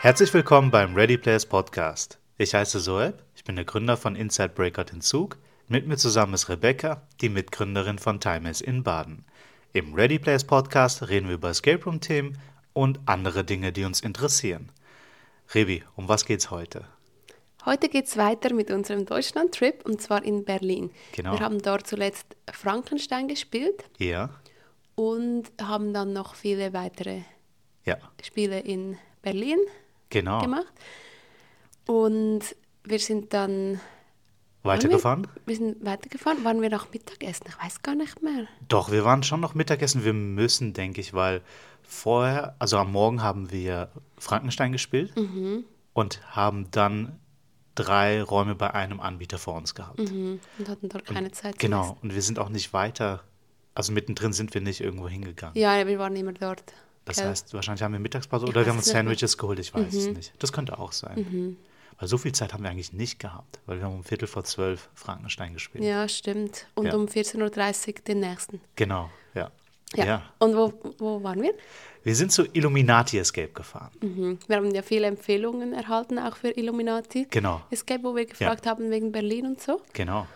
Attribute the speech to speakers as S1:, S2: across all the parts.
S1: Herzlich willkommen beim Ready Players Podcast. Ich heiße Soeb, ich bin der Gründer von Inside Breakout in Zug. Mit mir zusammen ist Rebecca, die Mitgründerin von Timeless in Baden. Im Ready Players Podcast reden wir über Escape Room Themen und andere Dinge, die uns interessieren. Rebi, um was geht's heute?
S2: Heute geht es weiter mit unserem Deutschland-Trip und zwar in Berlin.
S1: Genau.
S2: Wir haben dort zuletzt Frankenstein gespielt
S1: Ja?
S2: und haben dann noch viele weitere
S1: Ja,
S2: Spiele in Berlin
S1: genau.
S2: gemacht. Und wir sind dann
S1: Weitergefahren?
S2: Waren Wir, wir sind weitergefahren. Waren wir noch Mittagessen? Ich weiß gar nicht mehr.
S1: Doch, wir waren schon noch Mittagessen. Wir müssen, denke ich, weil vorher, also am Morgen haben wir Frankenstein gespielt
S2: Mhm.
S1: und haben dann drei Räume bei einem Anbieter vor uns gehabt.
S2: Mhm. Und hatten dort keine Zeit. zum
S1: Genau,
S2: Essen.
S1: und wir sind auch nicht weiter, also mittendrin sind wir nicht irgendwo hingegangen.
S2: Ja, wir waren immer dort.
S1: Das
S2: gell?
S1: heißt, wahrscheinlich haben wir Mittagspause
S2: Ich
S1: oder wir
S2: weiß
S1: haben uns
S2: es nicht mehr.
S1: Sandwiches geholt, ich weiß es
S2: Mhm.
S1: nicht. Das könnte auch sein. Weil so viel Zeit haben wir eigentlich nicht gehabt, weil wir haben um Viertel vor zwölf Frankenstein gespielt.
S2: Ja, stimmt. Und
S1: Ja.
S2: um 14.30 Uhr den nächsten.
S1: Genau, ja.
S2: Ja. Und wo, wo waren wir?
S1: Wir sind zu Illuminati Escape gefahren.
S2: Mhm. Wir haben ja viele Empfehlungen erhalten, auch für Illuminati.
S1: Genau.
S2: Escape, wo wir gefragt haben wegen Berlin und so.
S1: Genau.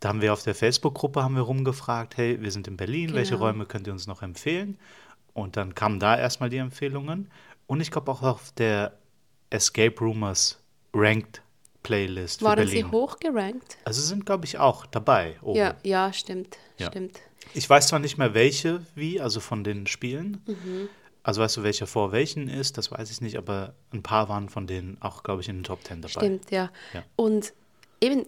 S1: Da haben wir auf der Facebook-Gruppe haben wir rumgefragt, hey, wir sind in Berlin, welche
S2: Genau.
S1: Räume könnt ihr uns noch empfehlen? Und dann kamen da erstmal die Empfehlungen. Und ich glaube auch auf der Escape Rumors Ranked Playlist für
S2: Waren
S1: Berlin.
S2: sie hochgerankt?
S1: Also sind, glaube ich, auch dabei. Oben.
S2: Ja, ja, stimmt.
S1: Ja.
S2: Stimmt.
S1: Ich weiß zwar nicht mehr, welche wie, also von den Spielen.
S2: Mhm.
S1: Also weißt du, welcher vor welchen ist, das weiß ich nicht, aber ein paar waren von denen auch, glaube ich, in den Top Ten dabei.
S2: Stimmt, ja.
S1: Ja.
S2: Und eben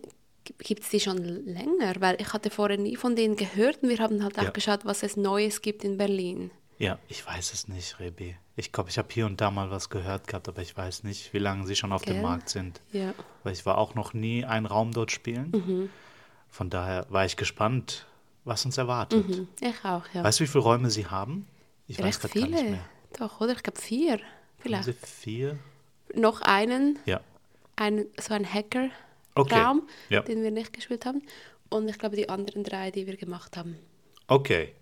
S2: gibt es die schon länger, weil ich hatte vorher nie von denen gehört und wir haben halt auch
S1: Ja.
S2: geschaut, was es Neues gibt in Berlin.
S1: Ja, ich weiß es nicht, Rebi. Ich glaube, ich habe hier und da mal was gehört gehabt, aber ich weiß nicht, wie lange sie schon auf dem
S2: Gell?
S1: Markt sind.
S2: Ja.
S1: Weil ich war auch noch nie einen Raum dort spielen.
S2: Mhm.
S1: Von daher war ich gespannt, was uns erwartet.
S2: Mhm. Ich auch, ja.
S1: Weißt du, wie viele Räume sie haben? Ich weiß
S2: Recht
S1: grad gar nicht
S2: viele.
S1: mehr.
S2: Doch, oder? Ich glaube vier
S1: Haben
S2: vielleicht.
S1: sie vier?
S2: Noch einen,
S1: Ja.
S2: einen so ein Hacker-Raum,
S1: Okay. Ja.
S2: den wir nicht gespielt haben. Und ich glaube, die anderen drei, die wir gemacht haben.
S1: Okay.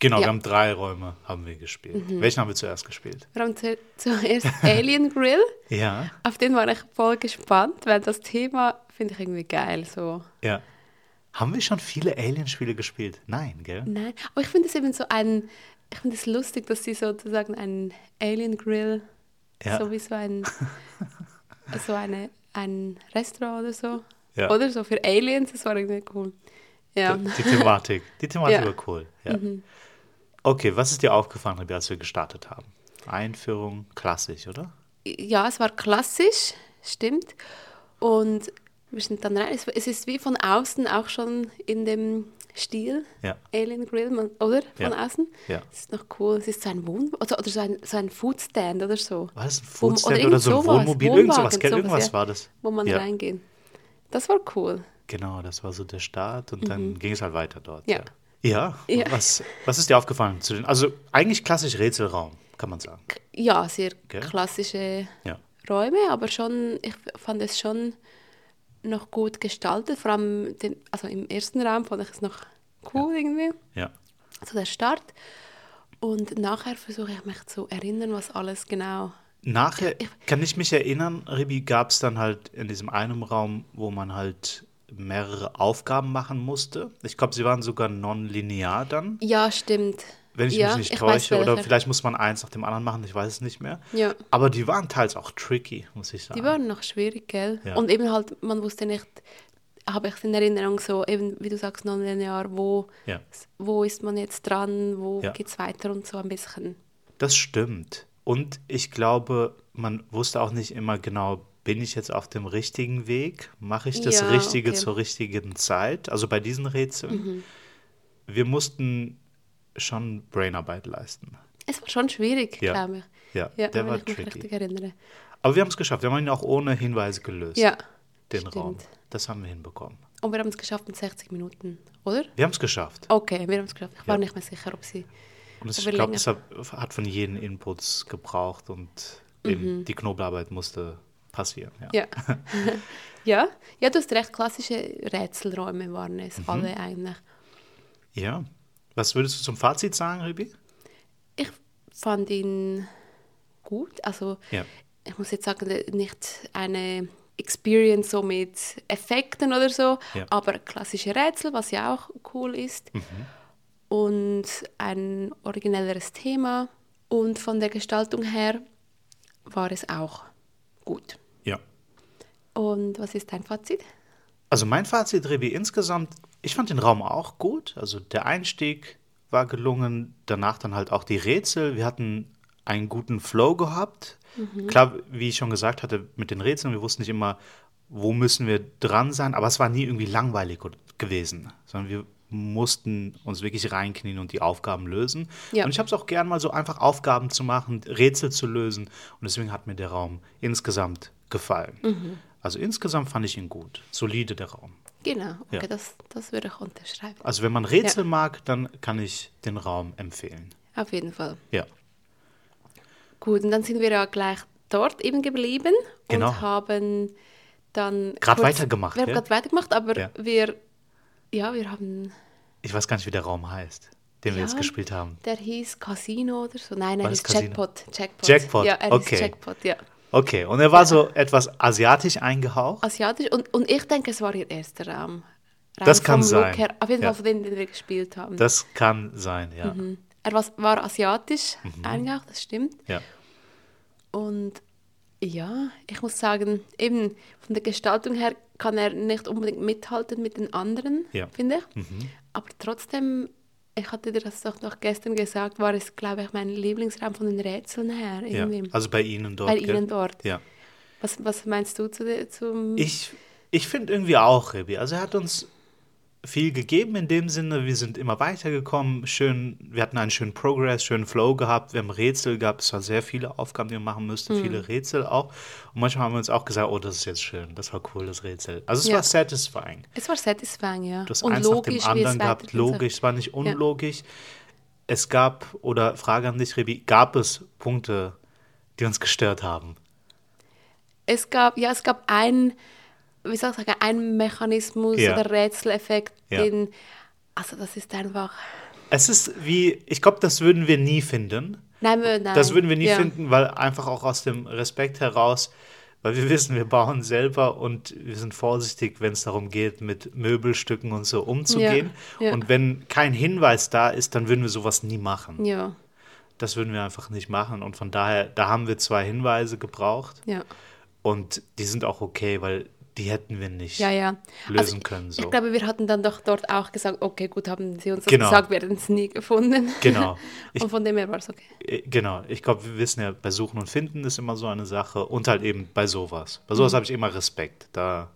S1: Genau,
S2: Ja. Mhm.
S1: wir haben drei Räume haben wir gespielt. Welchen haben wir zuerst gespielt?
S2: Wir haben zu- zuerst Alien Grill.
S1: Ja,
S2: Auf den war ich voll gespannt, weil das Thema finde ich irgendwie geil. So.
S1: ja. Haben wir schon viele Alien-Spiele gespielt? Nein, gell?
S2: Nein, aber ich finde es eben so ein, ich finde es lustig, dass sie sozusagen einen Alien Grill,
S1: Ja.
S2: so wie so ein, so eine, ein Restaurant oder so,
S1: Ja.
S2: oder so für Aliens, das war irgendwie cool. Ja,
S1: Die, die Thematik. Die Thematik
S2: Ja. Mhm.
S1: war cool. Ja. Okay, was ist dir aufgefallen, Rebi, als wir gestartet haben? Einführung, klassisch, oder?
S2: ja, es war klassisch, stimmt. Und wir sind dann rein, es, es ist wie von außen auch schon in dem Stil.
S1: Ja.
S2: Alien Grill, man, oder? Von
S1: Ja.
S2: außen.
S1: Ja.
S2: Das ist noch cool. Es ist so ein Wohn also, oder so ein, so ein Foodstand oder so.
S1: War das ein
S2: Wo-
S1: Foodstand oder,
S2: irgend
S1: so ein
S2: sowas,
S1: Wohnmobil? Irgend
S2: Wohnwagen,
S1: sowas, gell? Irgendwas
S2: ja,
S1: war das.
S2: Wo man
S1: ja,
S2: reingehen. Das war cool.
S1: Genau, das war so der Start und dann ging es halt weiter dort.
S2: Mhm. Ja.
S1: Ja. Ja,
S2: Ja.
S1: Was, was ist dir aufgefallen? Zu den, also eigentlich klassisch Rätselraum, kann man sagen.
S2: K- Ja, sehr
S1: Gell?
S2: klassische
S1: Ja.
S2: Räume, aber schon, ich fand es schon noch gut gestaltet. Vor allem den, also im ersten Raum fand ich es noch cool irgendwie.
S1: Ja.
S2: So der Start. Und nachher versuche ich mich zu erinnern, was alles genau.
S1: Nachher kann ich mich erinnern, Ribi, gab es dann halt in diesem einen Raum, wo man halt mehrere Aufgaben machen musste. Ich glaube, sie waren sogar nonlinear dann,
S2: Ja, stimmt.
S1: wenn ich
S2: ja,
S1: mich nicht
S2: ich weiß
S1: täusche. Oder
S2: welcher.
S1: vielleicht muss man eins nach dem anderen machen, ich weiß es nicht mehr.
S2: Ja.
S1: Aber die waren teils auch tricky, muss ich sagen.
S2: Die waren noch schwierig, gell?
S1: Ja.
S2: Und eben halt, man wusste nicht, habe ich es in Erinnerung so, eben wie du sagst, nonlinear, wo,
S1: Ja.
S2: wo ist man jetzt dran, wo
S1: Ja.
S2: geht's weiter und so ein bisschen.
S1: Das stimmt. Und ich glaube, man wusste auch nicht immer genau, bin ich jetzt auf dem richtigen Weg? Mache ich das
S2: Ja,
S1: Richtige
S2: okay. Mhm.
S1: zur richtigen Zeit? Also bei diesen Rätseln. Wir mussten schon Brainarbeit leisten.
S2: Es war schon schwierig,
S1: Ja.
S2: glaube ich.
S1: Ja,
S2: Ja,
S1: der
S2: wenn
S1: war
S2: ich mich richtig
S1: tricky.
S2: erinnere.
S1: Aber wir haben es geschafft. Wir haben ihn auch ohne Hinweise gelöst,
S2: Ja,
S1: den
S2: stimmt.
S1: Raum. Das haben wir hinbekommen.
S2: Und wir haben es geschafft in 60 Minuten, oder?
S1: Wir haben es geschafft.
S2: Okay, wir haben es geschafft. Ich war
S1: Ja.
S2: nicht mehr sicher, ob sie...
S1: Und es,
S2: Aber
S1: ich glaube,
S2: länger.
S1: es hat, hat von jedem Inputs gebraucht und eben die Knobelarbeit musste passieren. Ja.
S2: Mhm. Ja. ja. ja, du hast recht, klassische Rätselräume waren
S1: Mhm.
S2: es alle eigentlich.
S1: ja. Was würdest du zum Fazit sagen, Ribi?
S2: Ich fand ihn gut. Also
S1: Ja.
S2: ich muss jetzt sagen, nicht eine Experience so mit Effekten oder so,
S1: Ja.
S2: aber klassische Rätsel, was ja auch cool ist.
S1: Mhm.
S2: Und ein originelleres Thema. Und von der Gestaltung her war es auch gut.
S1: Ja.
S2: Und was ist dein Fazit?
S1: Also mein Fazit, Rebi, insgesamt, ich fand den Raum auch gut. Also der Einstieg war gelungen, danach dann halt auch die Rätsel. Wir hatten einen guten Flow gehabt. Klar, wie ich schon gesagt hatte, mit den Rätseln, wir wussten nicht immer, wo müssen wir dran sein, aber es war nie irgendwie langweilig oder- gewesen, sondern wir mussten uns wirklich reinknien und die Aufgaben lösen.
S2: Ja.
S1: Und ich habe es auch gern mal so einfach Aufgaben zu machen, Rätsel zu lösen und deswegen hat mir der Raum insgesamt gefallen.
S2: Mhm.
S1: Also insgesamt fand ich ihn gut, solide der Raum.
S2: Genau, okay,
S1: Ja.
S2: das, das würde ich unterschreiben.
S1: Also wenn man Rätsel
S2: Ja.
S1: mag, dann kann ich den Raum empfehlen.
S2: Auf jeden Fall.
S1: Ja,
S2: Gut, und dann sind wir ja gleich dort eben geblieben
S1: Genau.
S2: und haben dann.
S1: Grad
S2: kurz-
S1: weitergemacht,
S2: Wir haben
S1: ja?
S2: gerade weitergemacht, aber
S1: Ja.
S2: wir. Ja, wir haben.
S1: ich weiß gar nicht, wie der Raum heißt, den wir
S2: ja,
S1: jetzt gespielt haben.
S2: Der hieß Casino oder so. Nein, er
S1: War das
S2: hieß
S1: Casino?
S2: Jackpot. Jackpot.
S1: Jackpot,
S2: Ja, er
S1: okay.
S2: hieß Jackpot, ja.
S1: Okay, und er war so etwas asiatisch eingehaucht.
S2: Asiatisch. Und, und ich denke, es war ihr erster Raum. Rein
S1: Das kann
S2: vom Look
S1: sein.
S2: Her, auf jeden
S1: Ja.
S2: Fall von denen, den wir gespielt haben.
S1: Das kann sein, ja.
S2: Mhm. er was, war asiatisch
S1: Mhm.
S2: eingehaucht, das stimmt.
S1: ja.
S2: Und ja, ich muss sagen, eben von der Gestaltung her kann er nicht unbedingt mithalten mit den anderen,
S1: Ja. Mhm.
S2: finde ich. Aber trotzdem, ich hatte dir das doch noch gestern gesagt, war es, glaube ich, mein Lieblingsraum von den Rätseln her.
S1: ja.
S2: Irgendwie.
S1: Also bei Ihnen dort.
S2: Bei
S1: gell?
S2: Ihnen dort.
S1: Ja.
S2: Was, was meinst du zu, de- zum...
S1: Ich, ich finde irgendwie auch, Rebi. Also er hat uns viel gegeben in dem Sinne, wir sind immer weitergekommen, schön, wir hatten einen schönen Progress, schönen Flow gehabt, wir haben Rätsel gehabt, es waren sehr viele Aufgaben, die wir machen mussten,
S2: Mhm.
S1: viele Rätsel auch. Und manchmal haben wir uns auch gesagt, oh, das ist jetzt schön, das war cool, das Rätsel. Also es
S2: Ja.
S1: war satisfying.
S2: es war satisfying, ja.
S1: Du hast eins nach dem
S2: wie es
S1: anderen gehabt,
S2: weitergeht und so.
S1: logisch, es war nicht unlogisch. Es gab, oder Frage an dich, Rebi, gab es Punkte, die uns gestört haben?
S2: Es gab, ja, es gab ein, wie soll ich sagen, ein Mechanismus
S1: Ja.
S2: oder Rätseleffekt,
S1: Ja.
S2: den... Also das ist einfach...
S1: Es ist wie, ich glaube, das würden wir nie finden.
S2: Nein, wir- nein.
S1: Das würden wir nie
S2: Ähm, ja.
S1: finden, weil einfach auch aus dem Respekt heraus, weil wir wissen, wir bauen selber und wir sind vorsichtig, wenn es darum geht, mit Möbelstücken und so umzugehen.
S2: ja.
S1: Und wenn kein Hinweis da ist, dann würden wir sowas nie machen.
S2: Ja,
S1: Das würden wir einfach nicht machen. Und von daher, da haben wir zwei Hinweise gebraucht
S2: ja.
S1: und die sind auch okay, weil die hätten wir nicht.
S2: Ja, ja.
S1: lösen können, so.
S2: Ich glaube, wir hatten dann doch dort auch gesagt, okay, gut, haben sie uns das
S1: Genau.
S2: gesagt, wir hätten es nie gefunden.
S1: Genau. Ich-
S2: Und von dem her war es okay.
S1: Äh, Genau, ich glaube, wir wissen ja, bei Suchen und Finden ist immer so eine Sache und halt eben bei sowas. Bei
S2: Mhm.
S1: sowas habe ich immer Respekt. Da,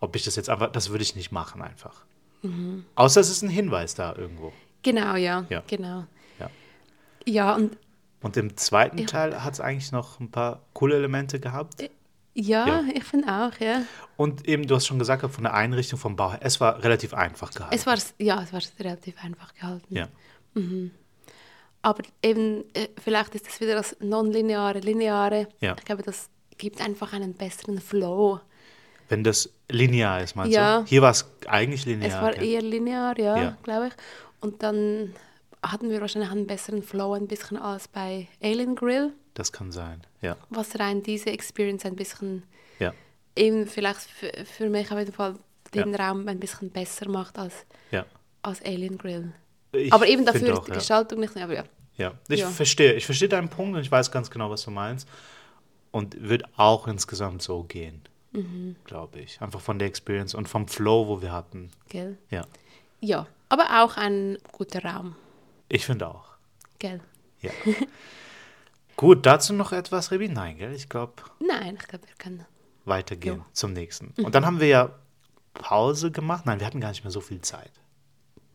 S1: ob ich das jetzt einfach, das würde ich nicht machen einfach.
S2: Mhm.
S1: Außer es ist ein Hinweis da irgendwo.
S2: Genau, ja.
S1: Ja.
S2: Genau.
S1: Ja.
S2: Ja, und
S1: Und im zweiten Teil hat es eigentlich noch ein paar coole Elemente gehabt.
S2: ja,
S1: Ja.
S2: ich finde auch, ja.
S1: Und eben, du hast schon gesagt, von der Einrichtung vom Bau her, es war relativ einfach gehalten.
S2: Es war, ja, es war relativ einfach gehalten.
S1: ja.
S2: Aber eben, äh, vielleicht ist das wieder das Nonlineare, Lineare.
S1: Ja.
S2: Ich glaube, das gibt einfach einen besseren Flow.
S1: Wenn das linear ist, meinst
S2: Ja.
S1: du? Hier war es eigentlich linear.
S2: Es war eh
S1: gell?
S2: eher linear, ja,
S1: Ja.
S2: glaube ich. Und dann hatten wir wahrscheinlich einen besseren Flow ein bisschen als bei Alien Grill,
S1: das kann sein, ja.
S2: was rein diese Experience ein bisschen,
S1: Ja,
S2: eben vielleicht für, für mich auf jeden Fall den
S1: Ja.
S2: Raum ein bisschen besser macht als,
S1: ja.
S2: als Alien Grill.
S1: Ich
S2: aber eben
S1: find
S2: dafür
S1: auch,
S2: ist die
S1: ja.
S2: Gestaltung nicht, aber ja.
S1: Ja, ich
S2: Ja.
S1: verstehe. Ich verstehe deinen Punkt und ich weiß ganz genau, was du meinst. Und wird auch insgesamt so gehen, glaube ich. Einfach von der Experience und vom Flow, wo wir hatten.
S2: Gell?
S1: Ja,
S2: Ja, aber auch ein guter Raum,
S1: ich finde auch.
S2: gell?
S1: Ja. Gut, dazu noch etwas, Rebi? Nein, gell? Ich glaube,
S2: Nein, ich glaube, wir können.
S1: weitergehen zum nächsten. Und dann haben wir ja Pause gemacht. Nein, wir hatten gar nicht mehr so viel Zeit.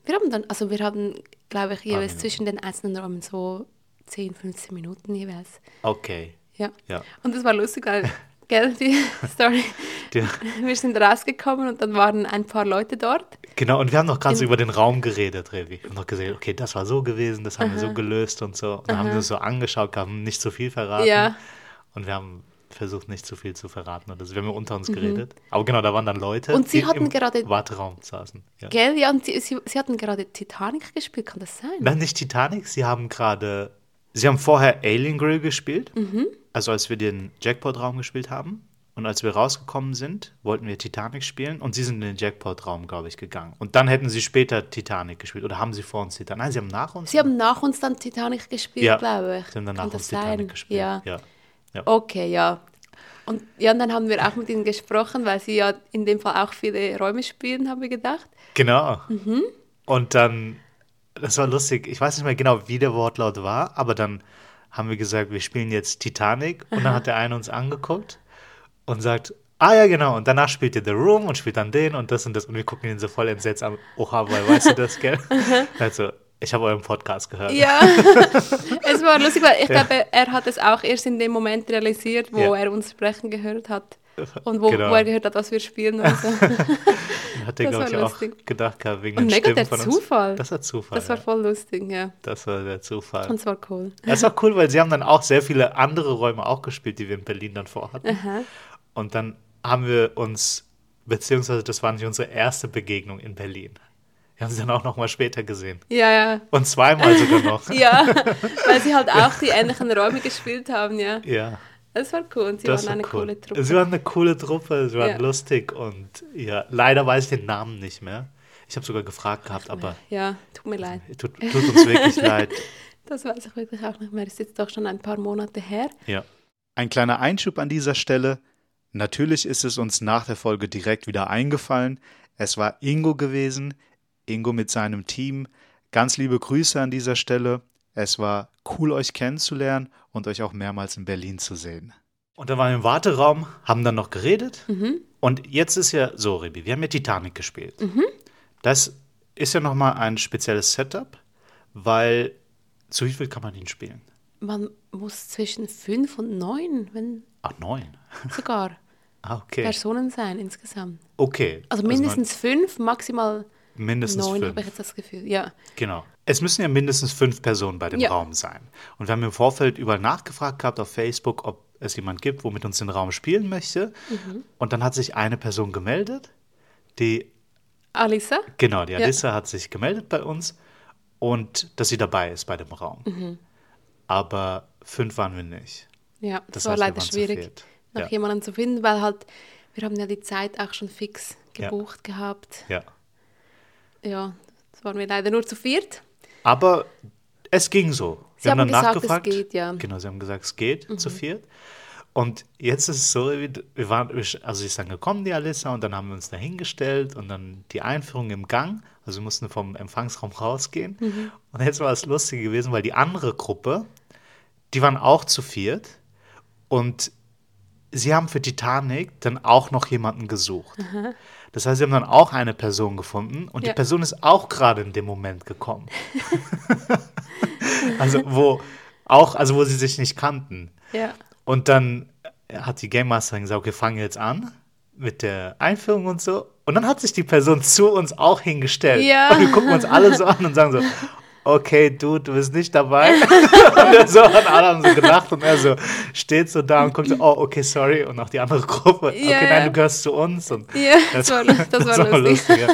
S2: Wir haben dann, also wir haben, glaube ich, jeweils
S1: Minuten.
S2: zwischen den einzelnen Räumen so 10, 15 Minuten jeweils.
S1: Okay.
S2: Ja.
S1: Ja.
S2: Und das war lustig, weil, gell, die Story.
S1: Die-
S2: Wir sind rausgekommen und dann waren ein paar Leute dort.
S1: Genau, und wir haben noch gerade so über den Raum geredet, Revi. Wir haben noch gesehen, okay, das war so gewesen, das haben wir so gelöst und so. Und dann haben wir uns so angeschaut, haben nicht zu viel verraten.
S2: Ja.
S1: Und wir haben versucht, nicht zu viel zu verraten. Oder so. Wir haben ja unter uns geredet. Aber genau, da waren dann Leute,
S2: Mhm. Und sie
S1: die
S2: hatten
S1: im
S2: gerade-
S1: Warteraum saßen. Ja.
S2: Gell, ja, und sie, sie, sie hatten gerade Titanic gespielt, kann das sein?
S1: Nein, nicht Titanic, sie haben gerade Sie haben vorher Alien Grill gespielt,
S2: Mhm.
S1: also als wir den Jackpot-Raum gespielt haben. Und als wir rausgekommen sind, wollten wir Titanic spielen und sie sind in den Jackpot-Raum, glaube ich, gegangen. Und dann hätten sie später Titanic gespielt. Oder haben sie vor uns Titanic? Nein, sie haben nach uns.
S2: Sie haben nach uns dann Titanic gespielt,
S1: ja,
S2: glaube ich.
S1: Sie haben dann
S2: Kann
S1: nach
S2: das
S1: uns Titanic
S2: sein?
S1: gespielt.
S2: Ja.
S1: ja. ja.
S2: Okay, ja. Und ja, und dann haben wir auch mit ihnen gesprochen, weil sie ja in dem Fall auch viele Räume spielen, haben wir gedacht.
S1: Genau.
S2: Mhm.
S1: Und dann, das war lustig, ich weiß nicht mehr genau, wie der Wortlaut war, aber dann haben wir gesagt, wir spielen jetzt Titanic und dann hat der eine uns angeguckt und sagt, ah ja, genau, und danach spielt ihr The Room und spielt dann den und das und das und wir gucken ihn so voll entsetzt an, oha, weil weißt du das, gell? also, ich habe euren Podcast gehört.
S2: Ja, es war lustig, weil ich glaube, er hat es auch erst in dem Moment realisiert, wo
S1: Ja.
S2: er uns sprechen gehört hat und wo,
S1: Genau.
S2: wo er gehört hat, was wir spielen und so.
S1: hat der,
S2: das
S1: glaube
S2: war
S1: ich, auch
S2: lustig.
S1: gedacht gehabt, wegen
S2: Und
S1: den
S2: mega
S1: Stimmen
S2: der
S1: von
S2: Zufall.
S1: uns. Das war Zufall.
S2: Das war
S1: ja.
S2: voll lustig, ja.
S1: das war der Zufall.
S2: Und es war cool.
S1: Das war cool, weil sie haben dann auch sehr viele andere Räume auch gespielt, die wir in Berlin dann vorhatten. Und dann haben wir uns, beziehungsweise das war nicht unsere erste Begegnung in Berlin. Wir haben sie dann auch nochmal später gesehen.
S2: Ja, ja.
S1: Und zweimal sogar noch.
S2: Ja, weil sie halt auch die ähnlichen Räume gespielt haben, ja.
S1: ja,
S2: Das war cool und sie
S1: das
S2: waren
S1: war
S2: eine
S1: cool.
S2: coole Truppe.
S1: Sie waren eine coole Truppe, sie waren
S2: Ja.
S1: lustig und ja, leider weiß ich den Namen nicht mehr. Ich habe sogar gefragt gehabt, aber
S2: ja, tut mir leid.
S1: tut, tut uns wirklich leid.
S2: Das weiß ich wirklich auch nicht mehr. Das ist jetzt doch schon ein paar Monate her.
S1: Ja. Ein kleiner Einschub an dieser Stelle. Natürlich ist es uns nach der Folge direkt wieder eingefallen. Es war Ingo gewesen. Ingo mit seinem Team. Ganz liebe Grüße an dieser Stelle. Es war cool, euch kennenzulernen und euch auch mehrmals in Berlin zu sehen. Und dann waren wir im Warteraum, haben dann noch geredet. Und jetzt ist ja so, Rebi, wir haben ja Titanic gespielt. Das ist ja nochmal ein spezielles Setup, weil zu wie viel kann man ihn spielen?
S2: Man muss zwischen fünf und neun, wenn
S1: Ach, neun.
S2: sogar,
S1: Ah, okay.
S2: Personen sein insgesamt.
S1: Okay.
S2: Also
S1: man-
S2: mindestens fünf, maximal
S1: mindestens
S2: neun,
S1: fünf.
S2: habe ich jetzt das Gefühl. Ja.
S1: Genau. Es müssen ja mindestens fünf Personen bei dem
S2: Ja.
S1: Raum sein. Und wir haben im Vorfeld überall nachgefragt gehabt auf Facebook, ob es jemand gibt, wo mit uns den Raum spielen möchte.
S2: Mhm.
S1: Und dann hat sich eine Person gemeldet, die,
S2: Alisa?
S1: genau, die
S2: Ja.
S1: Alissa hat sich gemeldet bei uns und dass sie dabei ist bei dem Raum.
S2: Mhm.
S1: Aber fünf waren wir nicht.
S2: Ja, das,
S1: Das
S2: war
S1: heißt, wir
S2: leider
S1: waren zu
S2: schwierig,
S1: viert.
S2: noch
S1: Ja.
S2: jemanden zu finden, weil halt, wir haben ja die Zeit auch schon fix gebucht gehabt.
S1: Ja.
S2: Ja, das waren wir leider nur zu viert.
S1: Aber es ging so.
S2: Sie haben gesagt, es geht, ja. Mhm.
S1: Genau, sie haben gesagt, es geht zu viert. Und jetzt ist es so, wir waren, also sie ist dann gekommen, die Alissa, und dann haben wir uns da hingestellt und dann die Einführung im Gang. Also wir mussten vom Empfangsraum rausgehen.
S2: Mhm.
S1: Und jetzt war es lustig gewesen, weil die andere Gruppe, die waren auch zu viert. Und sie haben für Titanic dann auch noch jemanden gesucht. Das heißt, sie haben dann auch eine Person gefunden und
S2: Ja.
S1: die Person ist auch gerade in dem Moment gekommen. also wo auch, also wo sie sich nicht kannten.
S2: Ja.
S1: Und dann hat die Game Masterin gesagt, okay, fangen wir jetzt an mit der Einführung und so. Und dann hat sich die Person zu uns auch hingestellt.
S2: Ja.
S1: Und wir gucken uns alle so an und sagen so, okay, du, du bist nicht dabei. und er so, und alle haben so gelacht und er so steht so da und guckt so, oh, okay, sorry. Und auch die andere Gruppe, okay,
S2: Ja,
S1: nein,
S2: ja.
S1: du gehörst zu uns. Und
S2: Ja, das, war, das, war lustig.
S1: ja.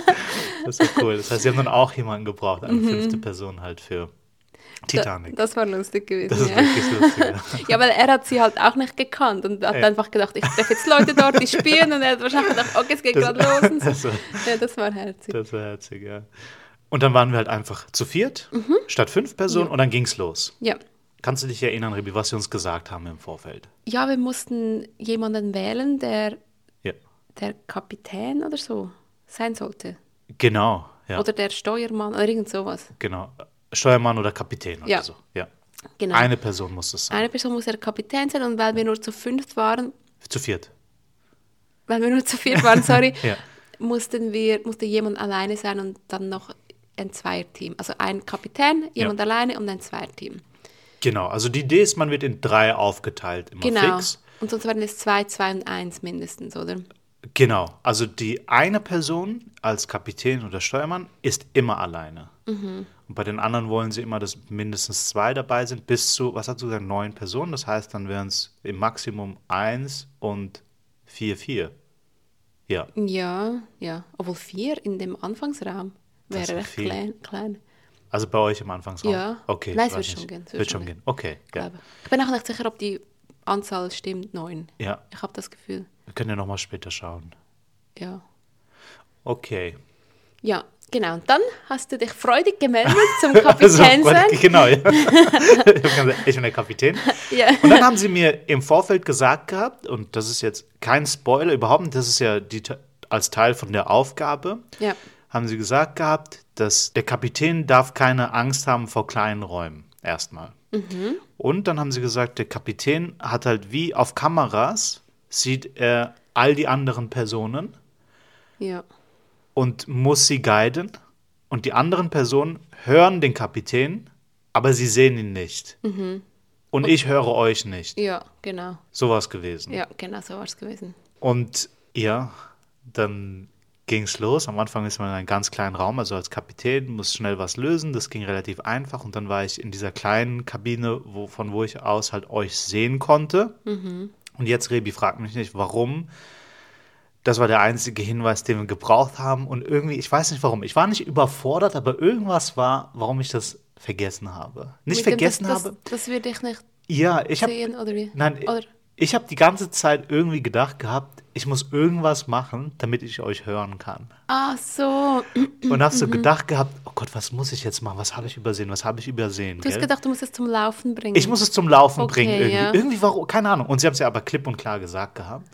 S1: Das war cool. Das heißt, sie haben dann auch jemanden gebraucht, eine
S2: Mhm.
S1: fünfte Person halt für Titanic.
S2: Das war lustig gewesen.
S1: Das ist
S2: ja.
S1: wirklich lustig. ja.
S2: Ja, weil er hat sie halt auch nicht gekannt und hat
S1: Ja.
S2: einfach gedacht, ich treffe jetzt Leute dort, die spielen und er hat wahrscheinlich gedacht, okay, es geht
S1: Das-
S2: gerade los. Und so.
S1: das war-
S2: ja, das war herzig.
S1: Das war herzig, ja. Und dann waren wir halt einfach zu viert,
S2: Mhm.
S1: statt fünf Personen, und dann ging's los.
S2: Ja.
S1: Kannst du dich erinnern, Rebi, was sie uns gesagt haben im Vorfeld?
S2: ja, wir mussten jemanden wählen, der
S1: Ja.
S2: der Kapitän oder so sein sollte.
S1: Genau, ja.
S2: Oder der Steuermann oder irgend sowas.
S1: genau. Steuermann oder Kapitän oder
S2: Ja.
S1: so. Ja.
S2: Genau.
S1: Eine Person muss es sein.
S2: Eine Person muss der Kapitän sein und weil wir nur zu fünft waren,
S1: Zu viert.
S2: weil wir nur zu viert waren, sorry,
S1: Ja.
S2: mussten wir, musste jemand alleine sein und dann noch ein Zweierteam. Also ein Kapitän, jemand alleine und ein Zweierteam.
S1: Genau, also die Idee ist, man wird in drei aufgeteilt, immer
S2: Genau.
S1: fix.
S2: Und sonst waren es zwei, zwei und eins mindestens, oder?
S1: Genau, also die eine Person als Kapitän oder Steuermann ist immer alleine.
S2: Mhm.
S1: Und bei den anderen wollen sie immer, dass mindestens zwei dabei sind, bis zu, was hast du gesagt, neun Personen. Das heißt, dann wären es im Maximum eins und vier, vier. Ja,
S2: Ja, ja. Obwohl vier in dem Anfangsraum
S1: Das
S2: wäre
S1: war
S2: recht
S1: viel.
S2: klein, klein.
S1: Also bei euch im Anfangsraum?
S2: Ja.
S1: Okay.
S2: Nein, es
S1: weiß
S2: wird schon
S1: nicht.
S2: gehen, es
S1: Wird schon gehen. Okay. Ja.
S2: glaube. Ich bin auch nicht sicher, ob die Anzahl stimmt, neun.
S1: ja.
S2: Ich habe das Gefühl,
S1: Wir können ja nochmal später schauen.
S2: ja.
S1: Okay.
S2: Ja, genau. Und dann hast du dich freudig gemeldet zum Kapitän
S1: Also,
S2: sein.
S1: genau, ja. ich hab gesagt, ich bin der Kapitän.
S2: Ja.
S1: Und dann haben sie mir im Vorfeld gesagt gehabt, und das ist jetzt kein Spoiler überhaupt, nicht, das ist ja die, Te- als Teil von der Aufgabe,
S2: Ja.
S1: haben sie gesagt gehabt, dass der Kapitän darf keine Angst haben vor kleinen Räumen, erstmal. Und dann haben sie gesagt, der Kapitän hat halt wie auf Kameras, sieht er all die anderen Personen
S2: ja.
S1: und muss sie guiden. Und die anderen Personen hören den Kapitän, aber sie sehen ihn nicht. Und ich höre euch nicht.
S2: Ja, genau.
S1: Sowas gewesen.
S2: Ja, genau so war es gewesen.
S1: Und ja, dann ging es los. Am Anfang ist man in einem ganz kleinen Raum, also als Kapitän muss schnell was lösen. Das ging relativ einfach. Und dann war ich in dieser kleinen Kabine, wo, von wo ich aus halt euch sehen konnte.
S2: Mhm.
S1: Und jetzt, Rebi, fragt mich nicht, warum. Das war der einzige Hinweis, den wir gebraucht haben. Und irgendwie, ich weiß nicht warum. Ich war nicht überfordert, aber irgendwas war, warum ich das vergessen habe. Nicht
S2: Mit dem,
S1: vergessen
S2: dass,
S1: habe.
S2: Dass, dass wir dich nicht
S1: Ja, ich habe
S2: sehen oder wie?
S1: Nein,
S2: oder,
S1: ich habe die ganze Zeit irgendwie gedacht gehabt, ich muss irgendwas machen, damit ich euch hören kann.
S2: Ach Ah, so.
S1: Und habe so gedacht gehabt, oh Gott, was muss ich jetzt machen? Was habe ich übersehen? Was habe ich übersehen?
S2: Du hast
S1: gell?
S2: gedacht, du musst es zum Laufen bringen.
S1: ich muss es zum Laufen
S2: Okay,
S1: bringen irgendwie.
S2: ja.
S1: Irgendwie warum, keine Ahnung. Und sie haben es ja aber klipp und klar gesagt gehabt,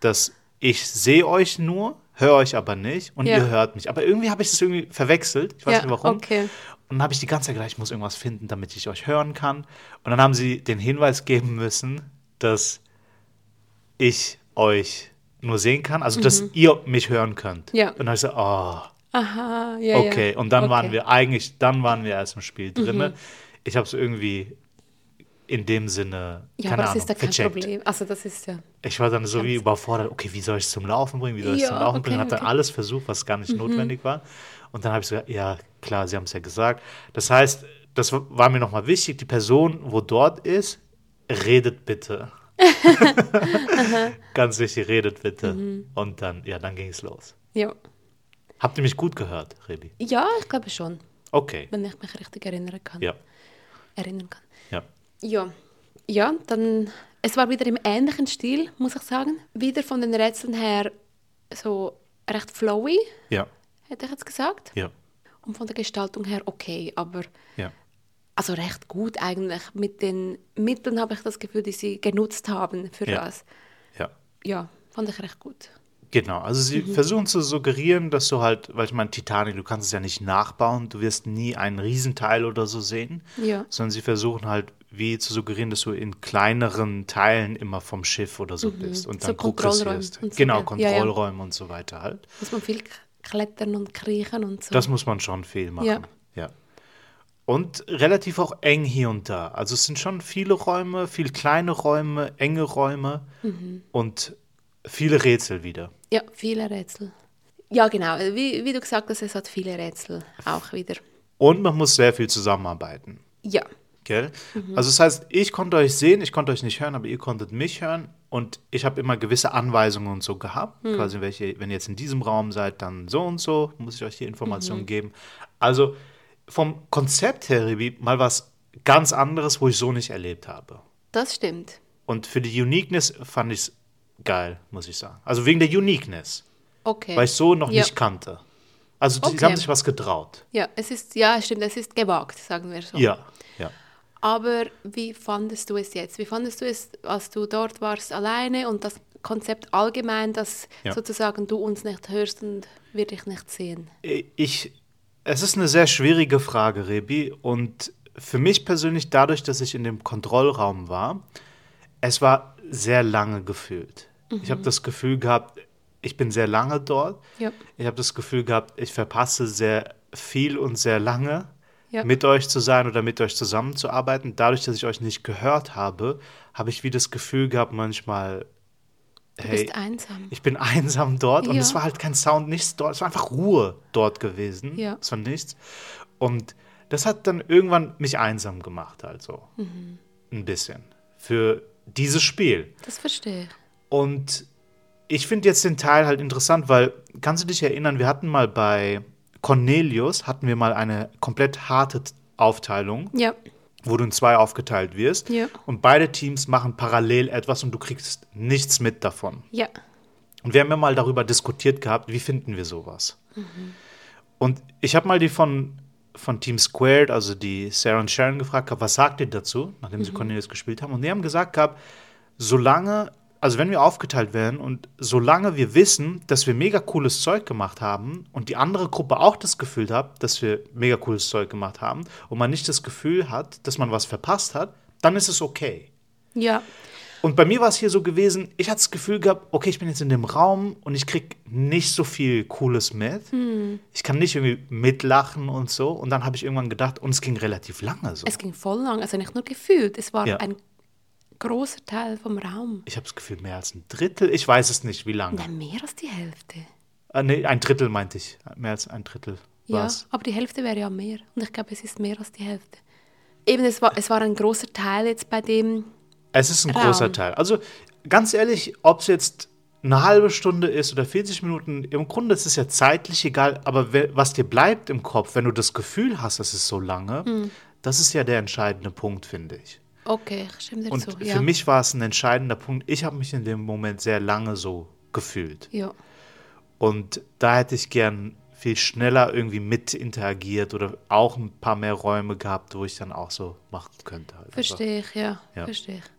S1: dass ich sehe euch nur, höre euch aber nicht und
S2: Ja.
S1: ihr hört mich. Aber irgendwie habe ich das irgendwie verwechselt. Ich weiß
S2: Ja,
S1: nicht warum.
S2: okay.
S1: Und dann habe ich die ganze Zeit gedacht, ich muss irgendwas finden, damit ich euch hören kann. Und dann haben sie den Hinweis geben müssen, dass ich euch nur sehen kann, also dass ihr mich hören könnt.
S2: Mhm. Ja.
S1: Und dann habe ich so, oh,
S2: Aha, ja, ja.
S1: okay. Und dann waren
S2: Okay. Mhm.
S1: wir eigentlich, dann waren wir erst im Spiel drinne. Ich habe es irgendwie in dem Sinne,
S2: Ja,
S1: keine
S2: aber
S1: Ahnung,
S2: das ist ja kein
S1: vercheckt.
S2: Problem. Also das ist ja.
S1: Ich war dann so wie überfordert, okay, wie soll ich es zum Laufen bringen, wie soll ich es
S2: Ja,
S1: zum Laufen
S2: okay,
S1: bringen? Habe dann
S2: okay. Mhm.
S1: alles versucht, was gar nicht notwendig war. Und dann habe ich so, ja, klar, Sie haben es ja gesagt. Das heißt, das war mir nochmal wichtig, die Person, wo dort ist, redet bitte. Ganz wichtig, redet bitte.
S2: Mhm.
S1: Und dann, ja, dann ging es los.
S2: Ja,
S1: Habt ihr mich gut gehört, Rebi?
S2: ja ich glaube schon,
S1: Okay,
S2: wenn ich mich richtig erinnern kann.
S1: ja,
S2: Erinnern kann.
S1: ja.
S2: Ja. Ja, dann. Es war wieder im ähnlichen Stil, muss ich sagen. Wieder von den Rätseln her so recht flowy,
S1: Ja,
S2: hätte ich jetzt gesagt.
S1: ja,
S2: Und von der Gestaltung her okay, aber
S1: ja.
S2: also recht gut eigentlich. Mit den Mitteln habe ich das Gefühl, die sie genutzt haben für
S1: Ja.
S2: das.
S1: ja.
S2: Ja, fand ich recht gut.
S1: Genau, also sie
S2: Mhm.
S1: versuchen zu suggerieren, dass du halt, weil ich meine, Titanic, du kannst es ja nicht nachbauen, du wirst nie einen Riesenteil oder so sehen,
S2: Ja.
S1: sondern sie versuchen halt, wie zu suggerieren, dass du in kleineren Teilen immer vom Schiff oder so bist und
S2: Mhm. So
S1: dann
S2: Kontrollräumen
S1: progressierst.
S2: und so,
S1: genau,
S2: ja. Ja, ja.
S1: Kontrollräume und so weiter halt.
S2: Muss man viel k- klettern und kriechen und so.
S1: Das muss man schon viel machen.
S2: Ja.
S1: ja. Und relativ auch eng hier und da. Also es sind schon viele Räume, viel kleine Räume, enge Räume
S2: Mhm.
S1: und viele Rätsel wieder.
S2: ja, viele Rätsel. Ja, genau. Wie, wie du gesagt hast, es hat viele Rätsel auch wieder.
S1: Und man muss sehr viel zusammenarbeiten.
S2: Ja,
S1: Gell?
S2: Mhm.
S1: Also das heißt, ich konnte euch sehen, ich konnte euch nicht hören, aber ihr konntet mich hören und ich habe immer gewisse Anweisungen und so gehabt.
S2: Mhm.
S1: Quasi, welche, wenn ihr jetzt in diesem Raum seid, dann so und so, muss ich euch die Information
S2: Mhm.
S1: geben. Also vom Konzept her, Ribi, mal was ganz anderes, wo ich so nicht erlebt habe.
S2: das stimmt.
S1: Und für die Uniqueness fand ich es geil, muss ich sagen. Also wegen der Uniqueness,
S2: Okay.
S1: weil ich so noch
S2: ja.
S1: nicht kannte. Also die, sie
S2: Okay.
S1: haben sich was getraut.
S2: Ja, es ist, ja, stimmt, es ist gewagt, sagen wir so.
S1: Ja, ja.
S2: Aber wie fandest du es jetzt? Wie fandest du es, als du dort warst alleine und das Konzept allgemein, dass
S1: Ja.
S2: sozusagen du uns nicht hörst und wir dich nicht sehen?
S1: Ich, es ist eine sehr schwierige Frage, Rebi. Und für mich persönlich, dadurch, dass ich in dem Kontrollraum war, es war sehr lange gefühlt. Ich habe das Gefühl gehabt, ich bin sehr lange dort.
S2: Mhm. Ja.
S1: Ich habe das Gefühl gehabt, ich verpasse sehr viel und sehr lange
S2: Ja.
S1: mit euch zu sein oder mit euch zusammenzuarbeiten. Dadurch, dass ich euch nicht gehört habe, habe ich wie das Gefühl gehabt, manchmal,
S2: Du
S1: hey,
S2: bist einsam.
S1: ich bin einsam dort und
S2: Ja.
S1: es war halt kein Sound, nichts dort. Es war einfach Ruhe dort gewesen.
S2: Ja.
S1: Es war nichts. Und das hat dann irgendwann mich einsam gemacht, also.
S2: Mhm.
S1: Ein bisschen. Für dieses Spiel.
S2: Das verstehe ich.
S1: Und ich finde jetzt den Teil halt interessant, weil, kannst du dich erinnern, wir hatten mal bei Cornelius hatten wir mal eine komplett harte Aufteilung,
S2: Ja.
S1: wo du in zwei aufgeteilt wirst.
S2: Ja.
S1: Und beide Teams machen parallel etwas und du kriegst nichts mit davon.
S2: Ja.
S1: Und wir haben ja mal darüber diskutiert gehabt, wie finden wir sowas. Und ich habe mal die von, von Team Squared, also die Sarah und Sharon, gefragt, gehabt, was sagt ihr dazu, nachdem sie Cornelius gespielt haben. Und die haben gesagt gehabt, solange, also wenn wir aufgeteilt werden und solange wir wissen, dass wir mega cooles Zeug gemacht haben und die andere Gruppe auch das Gefühl hat, dass wir mega cooles Zeug gemacht haben und man nicht das Gefühl hat, dass man was verpasst hat, dann ist es okay.
S2: Ja.
S1: Und bei mir war es hier so gewesen, ich hatte das Gefühl gehabt, okay, ich bin jetzt in dem Raum und ich krieg nicht so viel Cooles mit.
S2: Hm.
S1: Ich kann nicht irgendwie mitlachen und so. Und dann habe ich irgendwann gedacht, und es ging relativ lange so.
S2: Es ging voll lang, also nicht nur gefühlt, es war
S1: Ja.
S2: ein großer Teil vom Raum.
S1: ich habe das Gefühl, mehr als ein Drittel, ich weiß es nicht, wie lange.
S2: Nein, mehr als die Hälfte.
S1: Äh, nee, ein Drittel meinte ich. Mehr als ein Drittel war
S2: Ja,
S1: es.
S2: aber die Hälfte wäre ja mehr. Und ich glaube, es ist mehr als die Hälfte. Eben, es war, es war ein großer Teil jetzt bei dem.
S1: Es ist ein
S2: Raum.
S1: großer Teil. Also ganz ehrlich, ob es jetzt eine halbe Stunde ist oder 40 Minuten, im Grunde ist es ja zeitlich egal, aber we- was dir bleibt im Kopf, wenn du das Gefühl hast, es ist so lange,
S2: Hm.
S1: das ist ja der entscheidende Punkt, finde ich.
S2: Okay, ich stimme dir
S1: Und
S2: zu.
S1: für
S2: Ja.
S1: mich war es ein entscheidender Punkt. Ich habe mich in dem Moment sehr lange so gefühlt.
S2: ja.
S1: Und da hätte ich gern viel schneller irgendwie mit interagiert oder auch ein paar mehr Räume gehabt, wo ich dann auch so machen könnte. Halt. Aber-
S2: Verstehe ich, ja.
S1: Ja.
S2: Verstehe ich.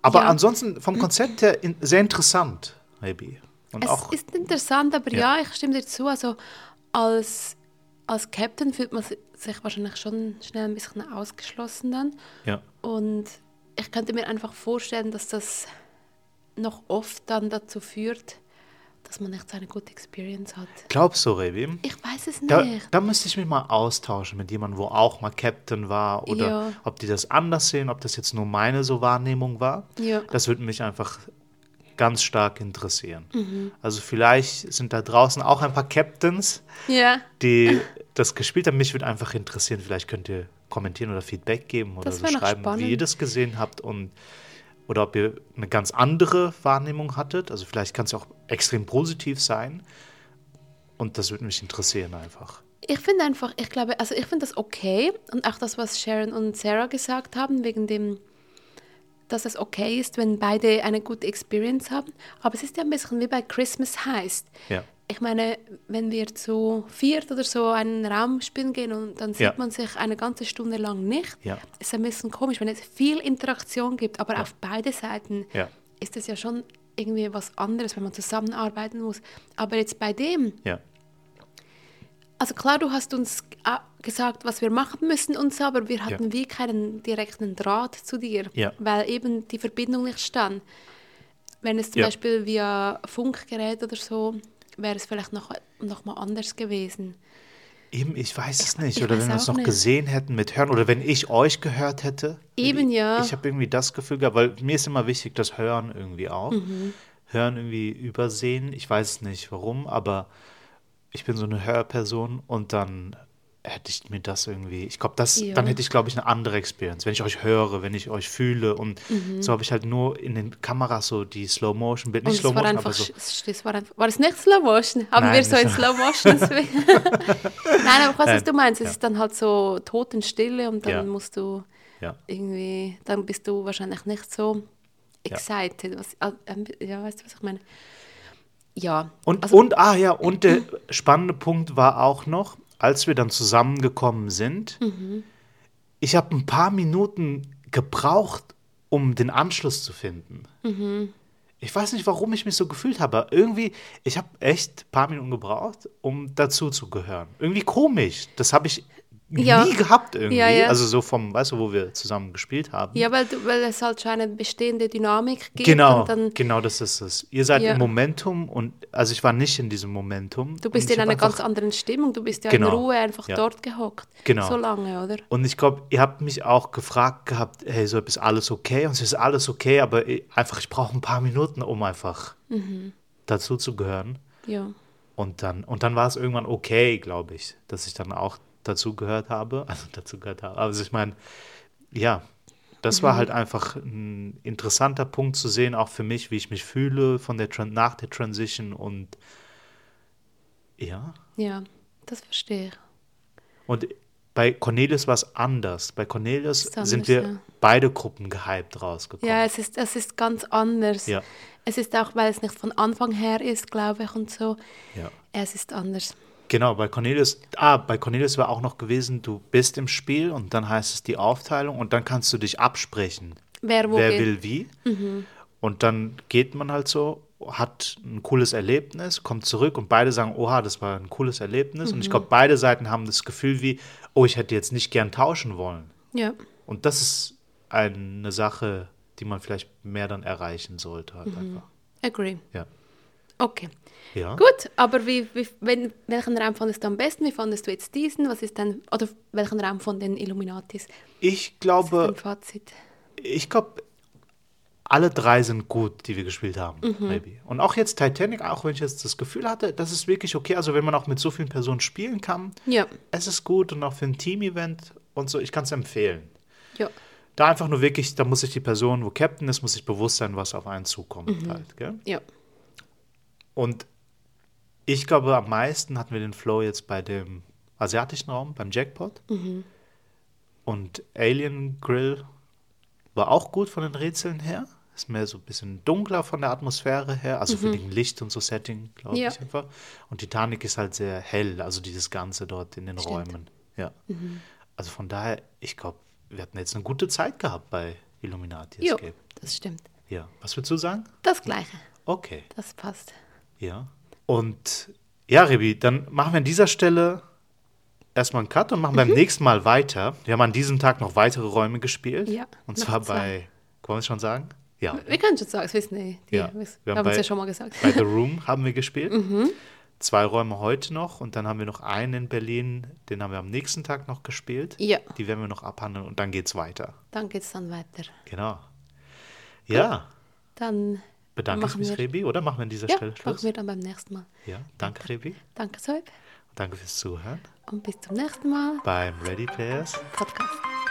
S1: Aber
S2: Ja. Mhm.
S1: ansonsten vom Konzept her in, sehr interessant, maybe. Und
S2: Es
S1: auch
S2: ist interessant, aber
S1: Ja.
S2: ja. ich stimme dir zu. Also als, als Captain fühlt man si- sich wahrscheinlich schon schnell ein bisschen ausgeschlossen dann.
S1: ja,
S2: Und ich könnte mir einfach vorstellen, dass das noch oft dann dazu führt, dass man nicht so eine gute Experience hat.
S1: glaubst du, Rebi?
S2: Ich weiß es
S1: Da,
S2: nicht.
S1: da müsste ich mich mal austauschen mit jemandem, wo auch mal Captain war oder
S2: Ja.
S1: ob die das anders sehen, ob das jetzt nur meine so Wahrnehmung war.
S2: Ja.
S1: Das würde mich einfach ganz stark interessieren.
S2: Mhm.
S1: Also vielleicht sind da draußen auch ein paar Captains,
S2: Ja,
S1: die das gespielt haben. Mich würde einfach interessieren, vielleicht könnt ihr kommentieren oder Feedback geben oder
S2: Das
S1: so
S2: wär noch
S1: schreiben, wie ihr
S2: spannend.
S1: das gesehen habt und oder ob ihr eine ganz andere Wahrnehmung hattet. Also vielleicht kann es ja auch extrem positiv sein. Und das würde mich interessieren einfach.
S2: ich finde einfach, ich glaube, also ich finde das okay und auch das, was Sharon und Sarah gesagt haben, wegen dem, dass es okay ist, wenn beide eine gute Experience haben. Aber es ist ja ein bisschen wie bei Christmas heißt.
S1: Ja.
S2: Ich meine, wenn wir zu viert oder so einen Raum spielen gehen und dann sieht
S1: Ja.
S2: man sich eine ganze Stunde lang nicht,
S1: Ja.
S2: ist ein bisschen komisch, wenn es viel Interaktion gibt, aber auf beide Seiten
S1: Ja.
S2: ist es ja schon irgendwie was anderes, wenn man zusammenarbeiten muss. Aber jetzt bei dem,
S1: Ja.
S2: also klar, du hast uns äh, gesagt, was wir machen müssen und so, aber wir hatten wie keinen direkten Draht zu dir,
S1: Ja.
S2: weil eben die Verbindung nicht stand. Wenn es zum
S1: Ja.
S2: Beispiel via Funkgerät oder so, wäre es vielleicht noch, noch mal anders gewesen.
S1: Eben, ich weiß es nicht.
S2: ich
S1: oder
S2: weiß
S1: wenn wir uns
S2: auch
S1: noch
S2: nicht.
S1: gesehen hätten mit Hören oder wenn ich euch gehört hätte.
S2: Eben,
S1: Ich-
S2: ja.
S1: Ich habe irgendwie das Gefühl gehabt, weil mir ist immer wichtig, das Hören irgendwie auch.
S2: Mhm.
S1: Hören irgendwie übersehen. Ich weiß nicht warum, aber ich bin so eine Hörperson und dann hätte ich mir das irgendwie. Ich glaube, das,
S2: Ja.
S1: dann hätte ich, glaube ich, eine andere Experience. Wenn ich euch höre, wenn ich euch fühle. Und so habe ich halt nur in den Kameras so die Slow Motion, nicht
S2: Mhm. Und
S1: Slow
S2: es war
S1: Motion, aber
S2: einfach,
S1: so.
S2: sch- es war einfach, war es nicht Slow Motion? Haben
S1: Nein,
S2: wir so
S1: nicht
S2: in
S1: so.
S2: Slow Motion? Nein, aber ich weiß, was
S1: Nein,
S2: du meinst. Es
S1: ja.
S2: ist dann halt so Totenstille und dann
S1: Ja.
S2: musst du
S1: Ja.
S2: irgendwie, dann bist du wahrscheinlich nicht so excited. Was, ah, ähm, ja, weißt du, was ich meine? Ja.
S1: Und,
S2: also,
S1: und, ah ja, und der spannende Punkt war auch noch, als wir dann zusammengekommen sind,
S2: Mhm.
S1: ich habe ein paar Minuten gebraucht, um den Anschluss zu finden.
S2: Mhm.
S1: Ich weiß nicht, warum ich mich so gefühlt habe. aber Irgendwie, ich habe echt ein paar Minuten gebraucht, um dazu zu gehören. Irgendwie komisch. Das habe ich
S2: Ja.
S1: nie gehabt irgendwie.
S2: Ja, ja.
S1: Also so vom, weißt du, wo wir zusammen gespielt haben.
S2: ja, weil, du- weil es halt schon eine bestehende Dynamik gibt.
S1: Genau,
S2: Und dann,
S1: genau das ist es. Ihr seid
S2: Ja.
S1: im Momentum und also ich war nicht in diesem Momentum.
S2: du bist
S1: und ich
S2: in
S1: hab
S2: einer
S1: einfach-
S2: ganz anderen Stimmung. Du bist ja
S1: Genau.
S2: in Ruhe einfach
S1: Ja.
S2: dort gehockt.
S1: Genau.
S2: So lange, oder?
S1: Und ich glaube, ihr habt mich auch gefragt gehabt, hey, so ist alles okay? Und es ist alles okay, aber ich, einfach, ich brauche ein paar Minuten, um einfach dazu zu gehören.
S2: Ja.
S1: Und dann, und dann war es irgendwann okay, glaube ich, dass ich dann auch dazu gehört habe. Also dazu gehört habe. Also ich meine, ja, das war halt einfach ein interessanter Punkt zu sehen, auch für mich, wie ich mich fühle von der Tran- nach der Transition und ja.
S2: Ja. das verstehe ich.
S1: Und bei Cornelius war es anders. Bei Cornelius
S2: Ist anders,
S1: sind wir
S2: ja.
S1: beide Gruppen gehypt rausgekommen.
S2: Ja, es ist, es ist ganz anders.
S1: Ja.
S2: Es ist auch, weil es nicht von Anfang her ist, glaube ich, und so.
S1: Ja.
S2: Es ist anders.
S1: Genau, bei Cornelius, ah, bei Cornelius war auch noch gewesen, du bist im Spiel und dann heißt es die Aufteilung und dann kannst du dich absprechen.
S2: Wer wo geht. Mhm.
S1: will wie. Und dann geht man halt so, hat ein cooles Erlebnis, kommt zurück und beide sagen, oha, das war ein cooles Erlebnis.
S2: Mhm.
S1: Und ich glaube, beide Seiten haben das Gefühl wie, oh, ich hätte jetzt nicht gern tauschen wollen.
S2: Ja.
S1: Und das ist eine Sache, die man vielleicht mehr dann erreichen sollte.
S2: Mhm.
S1: Halt einfach.
S2: Agree.
S1: Ja.
S2: Okay.
S1: Ja.
S2: Gut, aber wie, wie, wenn, welchen Raum fandest du am besten? Wie fandest du jetzt diesen? Was ist denn, oder welchen Raum von den Illuminatis?
S1: Ich
S2: Was ist
S1: glaube,
S2: dein Fazit?
S1: ich glaube, alle drei sind gut, die wir gespielt haben.
S2: Mhm.
S1: Maybe. Und auch jetzt Titanic, auch wenn ich jetzt das Gefühl hatte, das ist wirklich okay. Also wenn man auch mit so vielen Personen spielen kann,
S2: Ja.
S1: es ist gut und auch für ein Team-Event und so, ich kann es empfehlen.
S2: Ja.
S1: Da einfach nur wirklich, da muss sich die Person, wo Captain ist, muss sich bewusst sein, was auf einen
S2: Mhm.
S1: zukommt halt, gell?
S2: Ja.
S1: Und ich glaube, am meisten hatten wir den Flow jetzt bei dem asiatischen Raum, beim Jackpot.
S2: Mhm.
S1: Und Alien Grill war auch gut von den Rätseln her. Ist mehr so ein bisschen dunkler von der Atmosphäre her, also für den Licht und so Setting, glaube
S2: Mhm. Ja.
S1: ich einfach. Und Titanic ist halt sehr hell, also dieses Ganze dort in den
S2: Stimmt. Mhm.
S1: Räumen. Ja. Also von daher, ich glaube, wir hatten jetzt eine gute Zeit gehabt bei Illuminati
S2: Ja,
S1: Escape.
S2: das stimmt.
S1: Ja. Was würdest du sagen?
S2: Das Gleiche.
S1: Okay.
S2: Das passt.
S1: Ja. Und ja, Rebi, dann machen wir an dieser Stelle erstmal einen Cut und machen
S2: Mhm.
S1: beim nächsten Mal weiter. Wir haben an diesem Tag noch weitere Räume gespielt.
S2: Ja,
S1: Und
S2: noch
S1: zwar
S2: zwei.
S1: bei, wollen wir es schon sagen? Ja.
S2: Wir können schon sagen, es wissen eh die.
S1: Ja,
S2: Wir
S1: wir haben
S2: haben es
S1: bei-
S2: ja schon mal gesagt. Mhm.
S1: Bei The Room haben wir gespielt. Zwei Räume heute noch und dann haben wir noch einen in Berlin, den haben wir am nächsten Tag noch gespielt.
S2: Ja.
S1: Die werden wir noch abhandeln und dann geht's weiter.
S2: Dann geht es dann weiter.
S1: Genau. Ja,
S2: Dann
S1: bedanke ich
S2: Machen
S1: mich,
S2: wir-
S1: Rebi, oder machen wir an dieser
S2: ja,
S1: Stelle
S2: machen
S1: Schluss?
S2: wir dann beim nächsten Mal.
S1: Ja, danke, Rebi.
S2: Danke, Soib.
S1: Danke fürs Zuhören
S2: Und bis zum nächsten Mal.
S1: beim Ready Players.
S2: Podcast.